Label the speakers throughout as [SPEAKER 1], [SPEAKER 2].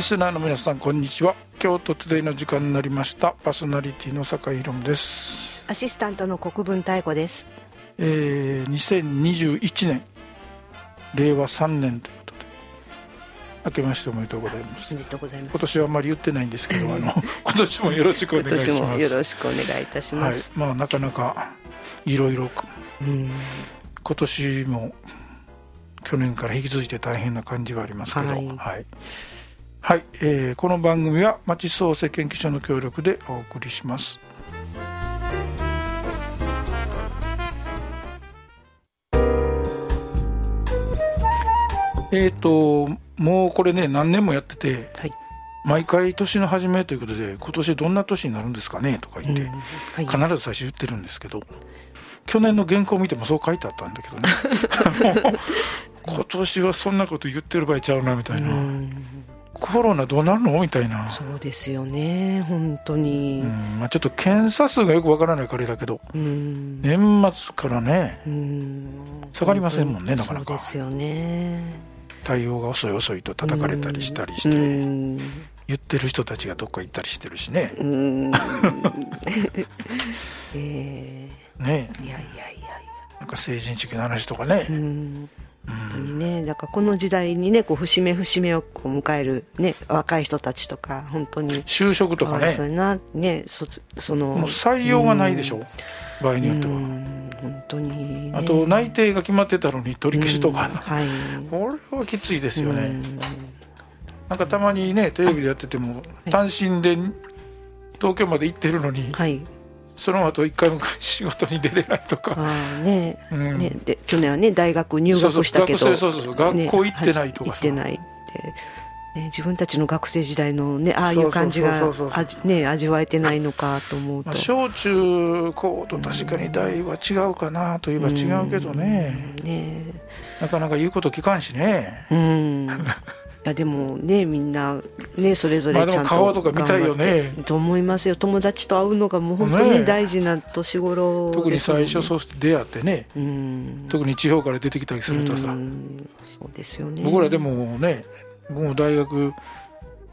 [SPEAKER 1] スナーの皆さんこんにちは京都トゥデイの時間になりましたパーソナリティの酒井宏です、
[SPEAKER 2] アシスタントの国分太子です。
[SPEAKER 1] えー、2021年令和3年ということで明けましておめでとうございます
[SPEAKER 2] おめでとうございま
[SPEAKER 1] 今
[SPEAKER 2] す。
[SPEAKER 1] 年はあまり言ってないんですけど あの今年もよろしくお願いし
[SPEAKER 2] 今年
[SPEAKER 1] ま
[SPEAKER 2] も
[SPEAKER 1] す
[SPEAKER 2] よろしくお願いいたし
[SPEAKER 1] は
[SPEAKER 2] ま
[SPEAKER 1] い
[SPEAKER 2] す。、
[SPEAKER 1] まあなかなかいろいろ
[SPEAKER 2] うん
[SPEAKER 1] 今年も去年から引き続いて大変な感じはありますけどは
[SPEAKER 2] はいい、
[SPEAKER 1] はいえーこの番組は町創生研究所の協力でお送りしますえっ、ともうこれね何年もやってて
[SPEAKER 2] はい。
[SPEAKER 1] 毎回年の初めということで今年どんな年になるんですかねとか言って、
[SPEAKER 2] うんはい。
[SPEAKER 1] 必ず最初言ってるんですけど去年の原稿を見てもそう書いてあったんだけどね もう今年はそんなこと言ってる場合ちゃうなみたいうな、
[SPEAKER 2] ん
[SPEAKER 1] コロナどうなるのみたいな、
[SPEAKER 2] そうですよね。本当
[SPEAKER 1] う
[SPEAKER 2] に。
[SPEAKER 1] んまあ、ちょっと検査数がよくわからないからだけど
[SPEAKER 2] うん。
[SPEAKER 1] 年末からね
[SPEAKER 2] うん
[SPEAKER 1] 下がりませんもんねなかなか
[SPEAKER 2] そうですよね。
[SPEAKER 1] 対応が遅い遅いと叩かれたりしたりし
[SPEAKER 2] う
[SPEAKER 1] て
[SPEAKER 2] ん。
[SPEAKER 1] 言ってる人たちがどっか行ったりしてるしね
[SPEAKER 2] うん え
[SPEAKER 1] ね
[SPEAKER 2] ーいやいやいやいや。
[SPEAKER 1] なんか成人式の話とか
[SPEAKER 2] う
[SPEAKER 1] ね、
[SPEAKER 2] ん。本当
[SPEAKER 1] うん
[SPEAKER 2] にね、だからこの時代にね、こう節目節目をこう迎えるね、若い人たちとか、本当に。
[SPEAKER 1] 就職と
[SPEAKER 2] か
[SPEAKER 1] か
[SPEAKER 2] わい
[SPEAKER 1] ね
[SPEAKER 2] そうにな、ね、そつ、その。
[SPEAKER 1] もう採用がないでしょ場合
[SPEAKER 2] うん。
[SPEAKER 1] によっては。
[SPEAKER 2] うん本当にね、
[SPEAKER 1] あと内定が決まってたのに取り消しとか、
[SPEAKER 2] うんはい。
[SPEAKER 1] これはきついですよね、
[SPEAKER 2] うん
[SPEAKER 1] なんかたまにねテレビでやってても単身で東京まで行ってるのに、
[SPEAKER 2] はい。
[SPEAKER 1] その後一回も仕事に出れないとか、
[SPEAKER 2] ああ、ね。
[SPEAKER 1] うん
[SPEAKER 2] ね、で、去年はね、大学入学したけど。
[SPEAKER 1] そうそう学生そうそうそう
[SPEAKER 2] ね
[SPEAKER 1] 学校行ってないとか
[SPEAKER 2] は
[SPEAKER 1] さ、
[SPEAKER 2] 行ってないって。ね、自分たちの学生時代のね、ああいう感じ
[SPEAKER 1] そ
[SPEAKER 2] が
[SPEAKER 1] うそうそうそう
[SPEAKER 2] あじね、味わえてないのかと思うと。
[SPEAKER 1] まあ、小中高と確かに大は違うかなといえば違うけどね、
[SPEAKER 2] うん。ね。
[SPEAKER 1] なかなか言うこと聞かんしね
[SPEAKER 2] うんいやでもねみんなねそれぞ
[SPEAKER 1] まあで
[SPEAKER 2] れち
[SPEAKER 1] も
[SPEAKER 2] ゃんと
[SPEAKER 1] 顔とか見たいよね
[SPEAKER 2] 頑張ってと思いますよ友達と会うのがもう本当に
[SPEAKER 1] ね
[SPEAKER 2] ね大事な年頃
[SPEAKER 1] 特に
[SPEAKER 2] ですも
[SPEAKER 1] 最
[SPEAKER 2] んね
[SPEAKER 1] 初そうして出会ってね
[SPEAKER 2] うん
[SPEAKER 1] 特に地方から出てきたりするとさ、
[SPEAKER 2] うんそうですよね
[SPEAKER 1] 僕らでもね僕も大学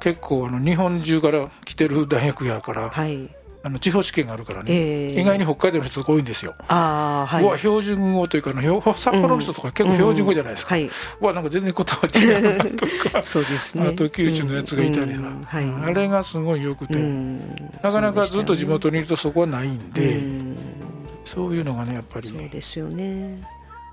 [SPEAKER 1] 結構あの日本中から来てる大学やから
[SPEAKER 2] はい
[SPEAKER 1] あの地方試験があるからね、
[SPEAKER 2] ええ
[SPEAKER 1] 意外に北海道の人とか多いんですよ、
[SPEAKER 2] ああはいう
[SPEAKER 1] わ標準語というかあの標札幌の人とか結構標準語じゃないですか、
[SPEAKER 2] はい、
[SPEAKER 1] うわなんか全然言葉違うなと か、
[SPEAKER 2] そうですね
[SPEAKER 1] あと九州のやつがいたりさ、
[SPEAKER 2] うんうんはい、
[SPEAKER 1] あれがすごいよくて、
[SPEAKER 2] うん
[SPEAKER 1] なかなかずっと地元にいるとそこはないん
[SPEAKER 2] そうで
[SPEAKER 1] で、
[SPEAKER 2] したよね
[SPEAKER 1] そういうのがねやっぱ
[SPEAKER 2] うんそう
[SPEAKER 1] り
[SPEAKER 2] ですよね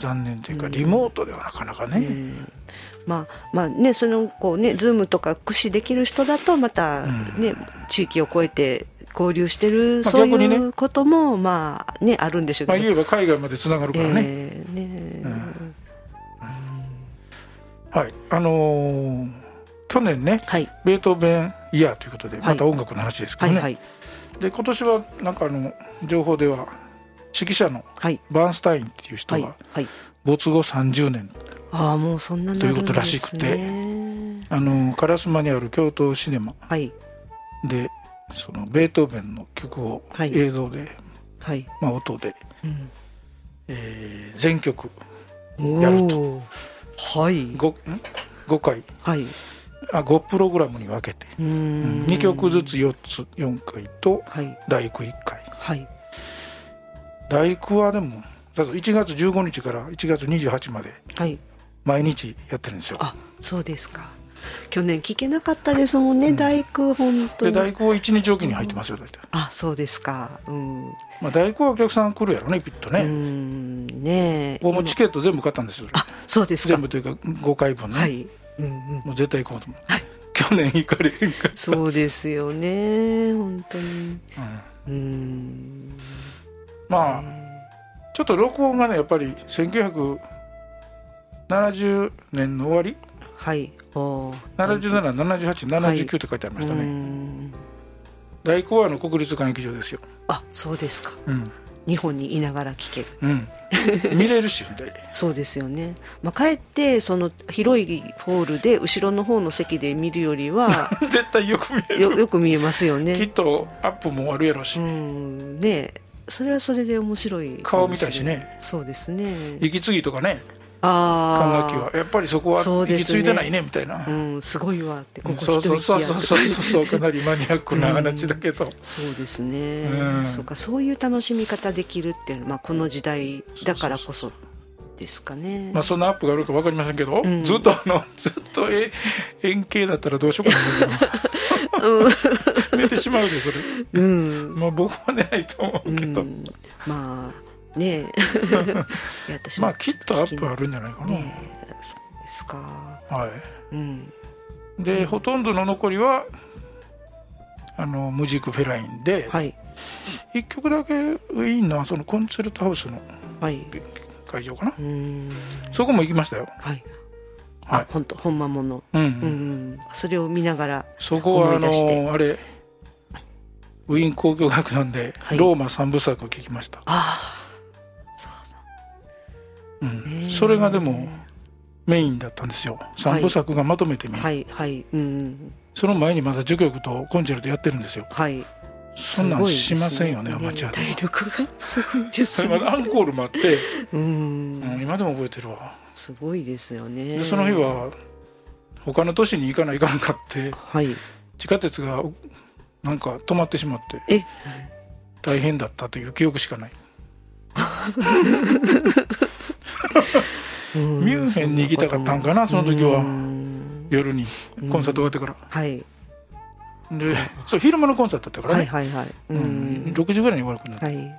[SPEAKER 1] 残念というか、
[SPEAKER 2] うん
[SPEAKER 1] リモートではなかなかね、
[SPEAKER 2] うんまあまあねそのこうねズームとか駆使できる人だとまた
[SPEAKER 1] うん
[SPEAKER 2] ね、地域を越えて交流してる、
[SPEAKER 1] まあ
[SPEAKER 2] そう
[SPEAKER 1] 逆にね
[SPEAKER 2] いうこともまあねあるんでしょう
[SPEAKER 1] まあ
[SPEAKER 2] けど、
[SPEAKER 1] 言えば海外までつながるからね、
[SPEAKER 2] えーね
[SPEAKER 1] うんはいあのー去年ね
[SPEAKER 2] はい
[SPEAKER 1] ベートーベンイヤーということで
[SPEAKER 2] はい
[SPEAKER 1] また音楽の話ですけ
[SPEAKER 2] は
[SPEAKER 1] ど
[SPEAKER 2] い
[SPEAKER 1] ね、
[SPEAKER 2] はい
[SPEAKER 1] で今年はなんかあの情報では指揮者の
[SPEAKER 2] はい
[SPEAKER 1] バーンスタインっていう人
[SPEAKER 2] はい
[SPEAKER 1] が
[SPEAKER 2] はい
[SPEAKER 1] 没後30年、
[SPEAKER 2] ああもうそんなになるんです、
[SPEAKER 1] とい
[SPEAKER 2] ね、
[SPEAKER 1] うことらしくてあの烏丸にある京都シネマ
[SPEAKER 2] はい
[SPEAKER 1] でそのベートーベンの曲を
[SPEAKER 2] はい
[SPEAKER 1] 映像で、
[SPEAKER 2] はい、
[SPEAKER 1] まあ、音で、
[SPEAKER 2] うん
[SPEAKER 1] えー全曲
[SPEAKER 2] お
[SPEAKER 1] やる
[SPEAKER 2] おはい
[SPEAKER 1] 5, ん5回
[SPEAKER 2] はい
[SPEAKER 1] あ5プログラムに分けて、
[SPEAKER 2] うーん
[SPEAKER 1] 2曲ずつ4つ4回と
[SPEAKER 2] はい
[SPEAKER 1] 第9 1回
[SPEAKER 2] はい
[SPEAKER 1] 大工はでもだから1月15日から1月28まで
[SPEAKER 2] はい
[SPEAKER 1] 毎日やってるんですよ
[SPEAKER 2] あそうですか去年聞けなかったですもんね、大工本当
[SPEAKER 1] で
[SPEAKER 2] に
[SPEAKER 1] 大工を1日おきに入ってますよ大体、
[SPEAKER 2] あそうですかうんう
[SPEAKER 1] まあ、大工はお客さん来るやろねピッとね、
[SPEAKER 2] ーんねえ
[SPEAKER 1] 僕もチケット全部買ったんですよ
[SPEAKER 2] あそうですか
[SPEAKER 1] 全部というか5回分ね、
[SPEAKER 2] はい、うんうん、
[SPEAKER 1] もう絶対行こうと思って、去年行かれへんかったし
[SPEAKER 2] そうですよね本当に
[SPEAKER 1] うん
[SPEAKER 2] うーん
[SPEAKER 1] まあちょっと録音がねやっぱり1970年の終わり
[SPEAKER 2] はいおーはい
[SPEAKER 1] 777879って書いてありました
[SPEAKER 2] うー
[SPEAKER 1] ね、
[SPEAKER 2] ん
[SPEAKER 1] 大工はあの国立歌劇場ですよ
[SPEAKER 2] あそうですか
[SPEAKER 1] うん、
[SPEAKER 2] 日本にいながら聞ける
[SPEAKER 1] うん、見れるしほんで
[SPEAKER 2] そうですよね、まあ、かえってその広いホールで後ろの方の席で見るより は
[SPEAKER 1] 絶対よく見れる
[SPEAKER 2] よよく見えますよね
[SPEAKER 1] きっとアップもあるやろし、
[SPEAKER 2] うんねえそれはそれで面白い
[SPEAKER 1] 顔見たいしね
[SPEAKER 2] そうですね
[SPEAKER 1] 息継ぎとかね管
[SPEAKER 2] あ
[SPEAKER 1] 楽器
[SPEAKER 2] ー
[SPEAKER 1] はやっぱりそこは
[SPEAKER 2] そ
[SPEAKER 1] 行
[SPEAKER 2] うで
[SPEAKER 1] き
[SPEAKER 2] す
[SPEAKER 1] 着
[SPEAKER 2] ね
[SPEAKER 1] いてないねみたいな、
[SPEAKER 2] うん、すごいわってここ
[SPEAKER 1] そう
[SPEAKER 2] 一
[SPEAKER 1] そ
[SPEAKER 2] 人
[SPEAKER 1] うそうそ
[SPEAKER 2] き
[SPEAKER 1] う
[SPEAKER 2] や
[SPEAKER 1] そうそうかなりマニアックな話だけど、
[SPEAKER 2] そうですね、
[SPEAKER 1] うん
[SPEAKER 2] そうかそういう楽しみ方できるっていうのは、まあ、この時代だからこそですかね
[SPEAKER 1] まあ、そんなアップがあるか分かりませんけど、
[SPEAKER 2] うん
[SPEAKER 1] ずっとあのずっとえ円形だったらどうしようかなと寝てしまうでそれ、
[SPEAKER 2] うん、
[SPEAKER 1] まあ、僕は寝ないと思
[SPEAKER 2] う
[SPEAKER 1] うけど、
[SPEAKER 2] ん、まあ ねえいや私も
[SPEAKER 1] まあきっとアップあるんじゃないかな、
[SPEAKER 2] ねえそうですか
[SPEAKER 1] はい
[SPEAKER 2] うん
[SPEAKER 1] でほとんどの残りはあのムジークフェラインで、
[SPEAKER 2] はい
[SPEAKER 1] 一曲だけいいなそのコンチェルトハウスの
[SPEAKER 2] はい
[SPEAKER 1] 会場かな、
[SPEAKER 2] うん
[SPEAKER 1] そこも行きましたよ
[SPEAKER 2] はい
[SPEAKER 1] は
[SPEAKER 2] あ
[SPEAKER 1] い
[SPEAKER 2] 本当本間もの
[SPEAKER 1] うん、
[SPEAKER 2] うん、うん、それを見ながら
[SPEAKER 1] そこはあ
[SPEAKER 2] 思い出して
[SPEAKER 1] のあれウィーン交響楽団で
[SPEAKER 2] はい
[SPEAKER 1] ローマ三部作を聴きました、
[SPEAKER 2] ああそうだ
[SPEAKER 1] うん
[SPEAKER 2] ねえ
[SPEAKER 1] それがでもメインだったんですよ三部作がまとめてメイン、
[SPEAKER 2] はいはいうん
[SPEAKER 1] その前にまた序曲とコンチェルトやってるんですよ
[SPEAKER 2] はい
[SPEAKER 1] そんなんしませんよねアマチュアで
[SPEAKER 2] 体力がすごいで
[SPEAKER 1] そ
[SPEAKER 2] す
[SPEAKER 1] れ
[SPEAKER 2] ね
[SPEAKER 1] までアンコールもあって、
[SPEAKER 2] う
[SPEAKER 1] うん
[SPEAKER 2] ん
[SPEAKER 1] 今でも覚えてるわ
[SPEAKER 2] すごいですよね
[SPEAKER 1] でその日は他の都市に行かないかんかって
[SPEAKER 2] はい
[SPEAKER 1] 地下鉄がなんか止まってしまって
[SPEAKER 2] え
[SPEAKER 1] 大変だったという記憶しかないミ
[SPEAKER 2] ミ
[SPEAKER 1] ュンヘンに行きたかったんかなその時は夜に
[SPEAKER 2] うん
[SPEAKER 1] コンサート終わってから、
[SPEAKER 2] はい
[SPEAKER 1] でそう昼間のコンサートだったから
[SPEAKER 2] はい
[SPEAKER 1] ね、
[SPEAKER 2] はいはいうん
[SPEAKER 1] うん、6時ぐらいに終わるくなって、
[SPEAKER 2] はい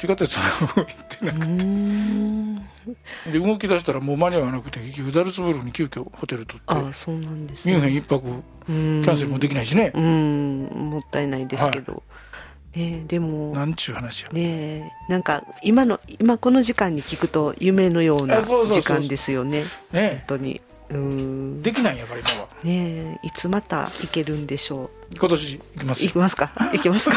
[SPEAKER 1] 地下鉄が動いてなく
[SPEAKER 2] うん
[SPEAKER 1] てで動き出したらもう間に合わなくて結局ザルツブルクに急遽ホテル取って
[SPEAKER 2] ああそうなんです
[SPEAKER 1] ミュンヘン
[SPEAKER 2] ン
[SPEAKER 1] 一泊
[SPEAKER 2] キ
[SPEAKER 1] キャンセルもできないしね、
[SPEAKER 2] うんもったいないですけどねでも
[SPEAKER 1] なんちゅう話や、
[SPEAKER 2] ねえなんか今の今この時間に聞くと夢のような
[SPEAKER 1] あそうそうそう
[SPEAKER 2] 時間ですよね
[SPEAKER 1] ね
[SPEAKER 2] 本当にうん
[SPEAKER 1] え
[SPEAKER 2] ね
[SPEAKER 1] できないんやから今は
[SPEAKER 2] えいつまた行けるんでしょ
[SPEAKER 1] 今年行きま
[SPEAKER 2] う
[SPEAKER 1] す
[SPEAKER 2] 行
[SPEAKER 1] よ
[SPEAKER 2] きま すか行きますか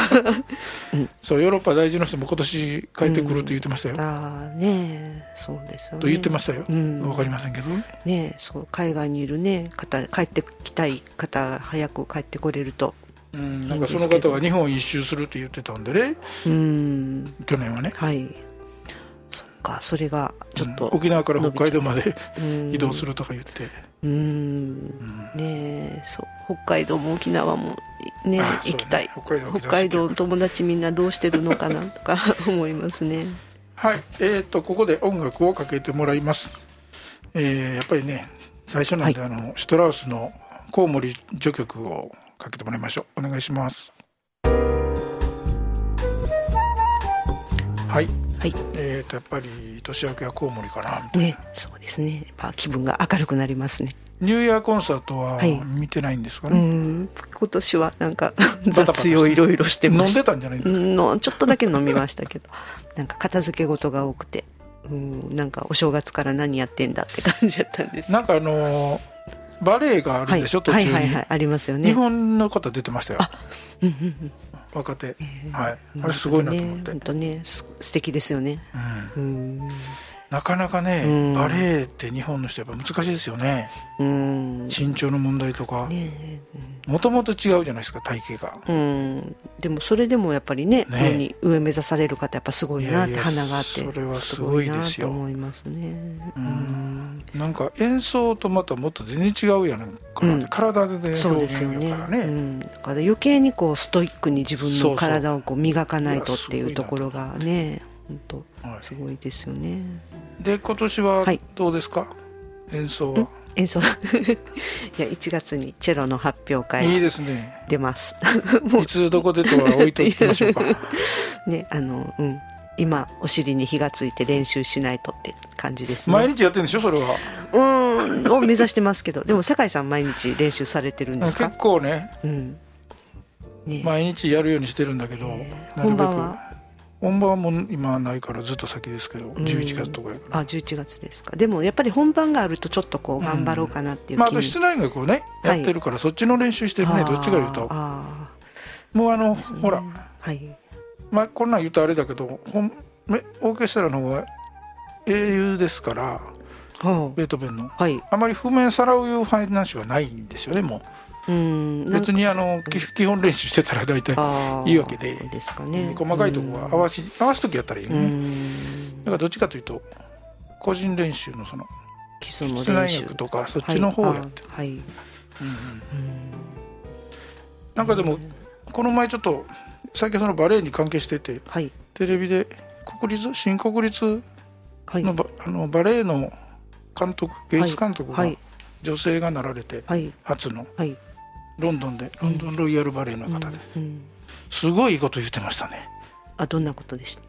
[SPEAKER 1] そうヨーロッパ大事の人も今年帰ってくると言ってましたよ、
[SPEAKER 2] ああねえそうですよね
[SPEAKER 1] と言ってましたよ、
[SPEAKER 2] うん
[SPEAKER 1] わかりませんけどね
[SPEAKER 2] ねえそう海外にいるね方帰ってきたい方早く帰ってこれると
[SPEAKER 1] うん、なんかその方は日本一周するって言ってたんでね
[SPEAKER 2] うん
[SPEAKER 1] 去年はね
[SPEAKER 2] はいそっかそれがちょっと、
[SPEAKER 1] うん沖縄から北海道まで
[SPEAKER 2] う ん
[SPEAKER 1] 移動するとか言って、
[SPEAKER 2] うん
[SPEAKER 1] うん
[SPEAKER 2] ねえそう北海道も沖縄もね
[SPEAKER 1] あそうね
[SPEAKER 2] 行きたい
[SPEAKER 1] 北海道行きた
[SPEAKER 2] 北
[SPEAKER 1] い
[SPEAKER 2] 海道の友達みんなどうしてるのかなとか思いますね
[SPEAKER 1] はいえー、とここで音楽をかけてもらいます、えーやっぱりね最初なんで、あのシュトラウスのコウモリ序曲をかけてもらいましょうお願いしますはい
[SPEAKER 2] はい
[SPEAKER 1] えー、とやっぱり年明けはコウモリかなみたいな
[SPEAKER 2] ねそうですねやっぱ気分が明るくなりますね
[SPEAKER 1] ニューイヤーコンサートは
[SPEAKER 2] はい
[SPEAKER 1] 見てないんですか
[SPEAKER 2] う
[SPEAKER 1] ね、
[SPEAKER 2] ん今年はなんか
[SPEAKER 1] タバタして
[SPEAKER 2] 雑用いろいろして
[SPEAKER 1] 飲
[SPEAKER 2] ま
[SPEAKER 1] ん
[SPEAKER 2] し
[SPEAKER 1] でたんじゃないん
[SPEAKER 2] う
[SPEAKER 1] ですか、
[SPEAKER 2] んのちょっとだけ飲みましたけど なんか片付け事が多くてうんなんかお正月から何やってんだって感じだったんです
[SPEAKER 1] なんかあのーバレエがあるでしょ、途中
[SPEAKER 2] はい
[SPEAKER 1] に、
[SPEAKER 2] はいはいはいありますよね
[SPEAKER 1] 日本の方出てましたよ
[SPEAKER 2] うんうん
[SPEAKER 1] 若手、
[SPEAKER 2] うん
[SPEAKER 1] はい
[SPEAKER 2] うん
[SPEAKER 1] あれすごいなと思って、
[SPEAKER 2] 本当ね本当ねす素敵ですよね
[SPEAKER 1] うん
[SPEAKER 2] うん
[SPEAKER 1] なかなかね、
[SPEAKER 2] うん
[SPEAKER 1] バレエって日本の人やっぱ難しいですよね
[SPEAKER 2] うんね
[SPEAKER 1] 身長の問題とか
[SPEAKER 2] え
[SPEAKER 1] もともと違うじゃないですか体型が
[SPEAKER 2] うんでもそれでもやっぱり
[SPEAKER 1] ね
[SPEAKER 2] ね
[SPEAKER 1] え
[SPEAKER 2] 上に上目指される方やっぱすごいなっ
[SPEAKER 1] い
[SPEAKER 2] て
[SPEAKER 1] やいや
[SPEAKER 2] 花があって
[SPEAKER 1] それはすごいですよ
[SPEAKER 2] ごいなと思いますね
[SPEAKER 1] う
[SPEAKER 2] うんん
[SPEAKER 1] なんか演奏とまたもっと全然違うやなんかなって、
[SPEAKER 2] うん
[SPEAKER 1] 体でね
[SPEAKER 2] そう
[SPEAKER 1] 表
[SPEAKER 2] ですよ
[SPEAKER 1] 現
[SPEAKER 2] ね
[SPEAKER 1] やからね
[SPEAKER 2] うん、だから余計にこうストイックに自分
[SPEAKER 1] そうそ
[SPEAKER 2] の
[SPEAKER 1] う
[SPEAKER 2] 体をこう磨かないとって
[SPEAKER 1] い
[SPEAKER 2] い
[SPEAKER 1] やすごいうな
[SPEAKER 2] ところがね本当
[SPEAKER 1] はい
[SPEAKER 2] すごいですよね
[SPEAKER 1] で今年は
[SPEAKER 2] はい
[SPEAKER 1] どうですか、演奏は、
[SPEAKER 2] 演奏 いや1月にチェロの発
[SPEAKER 1] い
[SPEAKER 2] 表
[SPEAKER 1] い
[SPEAKER 2] 会
[SPEAKER 1] ですね
[SPEAKER 2] 出ます、
[SPEAKER 1] いつどこでとは置いときましょ うか
[SPEAKER 2] ねあのうん今お尻に火がついて練習しないとって感じですね
[SPEAKER 1] 毎日やってるんでしょそれは
[SPEAKER 2] うーんを目指してますけどでも酒井さん毎日練習されてるんです
[SPEAKER 1] 結
[SPEAKER 2] か、
[SPEAKER 1] 構ね
[SPEAKER 2] うんねえ
[SPEAKER 1] 毎日やるようにしてるんだけど、
[SPEAKER 2] えー
[SPEAKER 1] なるべ
[SPEAKER 2] 本
[SPEAKER 1] く
[SPEAKER 2] 番は
[SPEAKER 1] 本番も今ないからずっと先ですけど11月とかやから
[SPEAKER 2] あ11月ですかでもやっぱり本番があるとちょっとこう頑張ろうかなっていう気に、
[SPEAKER 1] まあ、あと室内楽をねや
[SPEAKER 2] はい
[SPEAKER 1] ってるから、そっちの練習してるね
[SPEAKER 2] あー
[SPEAKER 1] どっちかいうと
[SPEAKER 2] あ
[SPEAKER 1] もうあの、
[SPEAKER 2] ーですね
[SPEAKER 1] ほら、
[SPEAKER 2] はい
[SPEAKER 1] まあ、こんなん言うとあれだけどほんめオーケストラの方は英雄ですから
[SPEAKER 2] は
[SPEAKER 1] ベートーベンの
[SPEAKER 2] あはい
[SPEAKER 1] あまり譜面さらういう話はないんですよねも
[SPEAKER 2] うん
[SPEAKER 1] う別にあの基基本練習してたら大体
[SPEAKER 2] あー
[SPEAKER 1] いいわけで
[SPEAKER 2] そうですかね
[SPEAKER 1] 細かいとこは合わし合わす時やったらいいよ
[SPEAKER 2] う
[SPEAKER 1] ね、
[SPEAKER 2] ん
[SPEAKER 1] だからどっちかというと個人練習のその
[SPEAKER 2] 基礎の
[SPEAKER 1] 室
[SPEAKER 2] 練
[SPEAKER 1] 内
[SPEAKER 2] 習
[SPEAKER 1] 楽とかそっちの方をやって、
[SPEAKER 2] はいあはい
[SPEAKER 1] うんうん
[SPEAKER 2] うん
[SPEAKER 1] なんかでもこの前ちょっと最近そのバレエに関係してて
[SPEAKER 2] はい
[SPEAKER 1] テレビで国立新国立
[SPEAKER 2] はい
[SPEAKER 1] のバ,、あのバレエの監督芸術監督
[SPEAKER 2] は
[SPEAKER 1] が
[SPEAKER 2] い
[SPEAKER 1] 女性がなられて
[SPEAKER 2] はい
[SPEAKER 1] 初の
[SPEAKER 2] はい
[SPEAKER 1] ロンドンでロンドンロイヤルバレエの方で
[SPEAKER 2] うんうん
[SPEAKER 1] すごいいいこと言ってましたね
[SPEAKER 2] あどんなことでした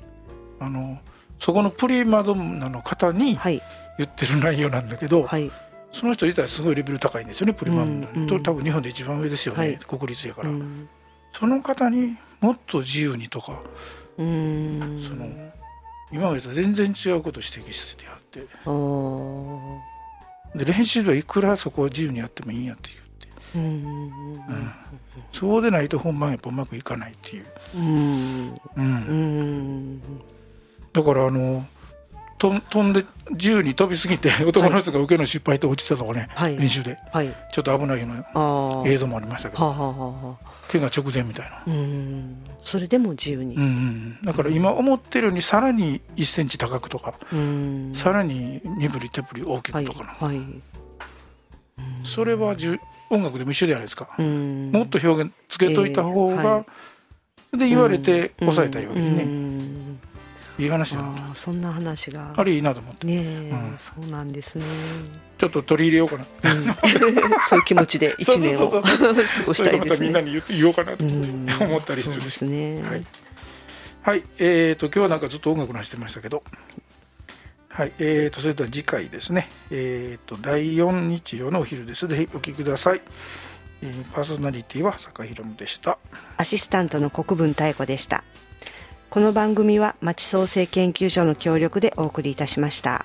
[SPEAKER 1] あのそこのプリマドンナの方に
[SPEAKER 2] はい
[SPEAKER 1] 言ってる内容なんだけど、
[SPEAKER 2] はい
[SPEAKER 1] その人自体すごいレベル高いんですよねプリマドンナ、
[SPEAKER 2] うんうん
[SPEAKER 1] と多分日本で一番上ですよね、
[SPEAKER 2] はい
[SPEAKER 1] 国立やか
[SPEAKER 2] う
[SPEAKER 1] ら、
[SPEAKER 2] ん
[SPEAKER 1] その方にもっと自由にとか
[SPEAKER 2] うん
[SPEAKER 1] その今までと全然違うことを指摘してやって
[SPEAKER 2] お
[SPEAKER 1] で練習ではいくらそこを自由にやってもいいんやって言って
[SPEAKER 2] ーうん
[SPEAKER 1] そうでないと本番やっぱうまくいかないっていう、
[SPEAKER 2] うん
[SPEAKER 1] うん
[SPEAKER 2] うん
[SPEAKER 1] だからあのと飛んで銃に飛びすぎて 男の人が受けの失敗と落ちたとかね、
[SPEAKER 2] はい
[SPEAKER 1] 練習で
[SPEAKER 2] はい
[SPEAKER 1] ちょっと危ないような
[SPEAKER 2] ああは
[SPEAKER 1] 映像もありましたけ
[SPEAKER 2] あ
[SPEAKER 1] ど
[SPEAKER 2] はあはあ
[SPEAKER 1] 怪我直前みたいな、
[SPEAKER 2] うんそれでも自由に
[SPEAKER 1] うんうんうん、だから今思ってるようにさらに1センチ高くとか、
[SPEAKER 2] うん
[SPEAKER 1] さらに身振り手振り大き
[SPEAKER 2] は
[SPEAKER 1] く
[SPEAKER 2] い
[SPEAKER 1] とかな、
[SPEAKER 2] はい
[SPEAKER 1] それはじゅ音楽でも一緒じゃないですか、
[SPEAKER 2] うん
[SPEAKER 1] もっと表現つけといた方が、
[SPEAKER 2] ええは
[SPEAKER 1] で言われて抑えたいわけでね、
[SPEAKER 2] うん
[SPEAKER 1] いい話だな
[SPEAKER 2] ああそんな話が
[SPEAKER 1] あれいいなと思って
[SPEAKER 2] ねえ、
[SPEAKER 1] うん
[SPEAKER 2] そうなんですね、
[SPEAKER 1] ちょっと取り入れようかな
[SPEAKER 2] うんそういう気持ちで一年 を
[SPEAKER 1] そ
[SPEAKER 2] 過
[SPEAKER 1] うそうそ
[SPEAKER 2] ご
[SPEAKER 1] そ
[SPEAKER 2] し
[SPEAKER 1] れで
[SPEAKER 2] たい
[SPEAKER 1] ま
[SPEAKER 2] で
[SPEAKER 1] た
[SPEAKER 2] す
[SPEAKER 1] みんな
[SPEAKER 2] ね
[SPEAKER 1] に言って言おうかなと思って
[SPEAKER 2] うん
[SPEAKER 1] 思ったりす
[SPEAKER 2] そう
[SPEAKER 1] るん
[SPEAKER 2] で
[SPEAKER 1] です
[SPEAKER 2] すね
[SPEAKER 1] はいはい、えー、と今日はなんかずっと音楽の話してましたけど、はい、えー、とそれでは次回ですね、えー、と第4日曜のお昼です。ぜひお聴きください。えーパーソナリティは坂井宏美でした。
[SPEAKER 2] アシスタントの国分太子でしたこの番組は町創生研究所の協力でお送りいたしました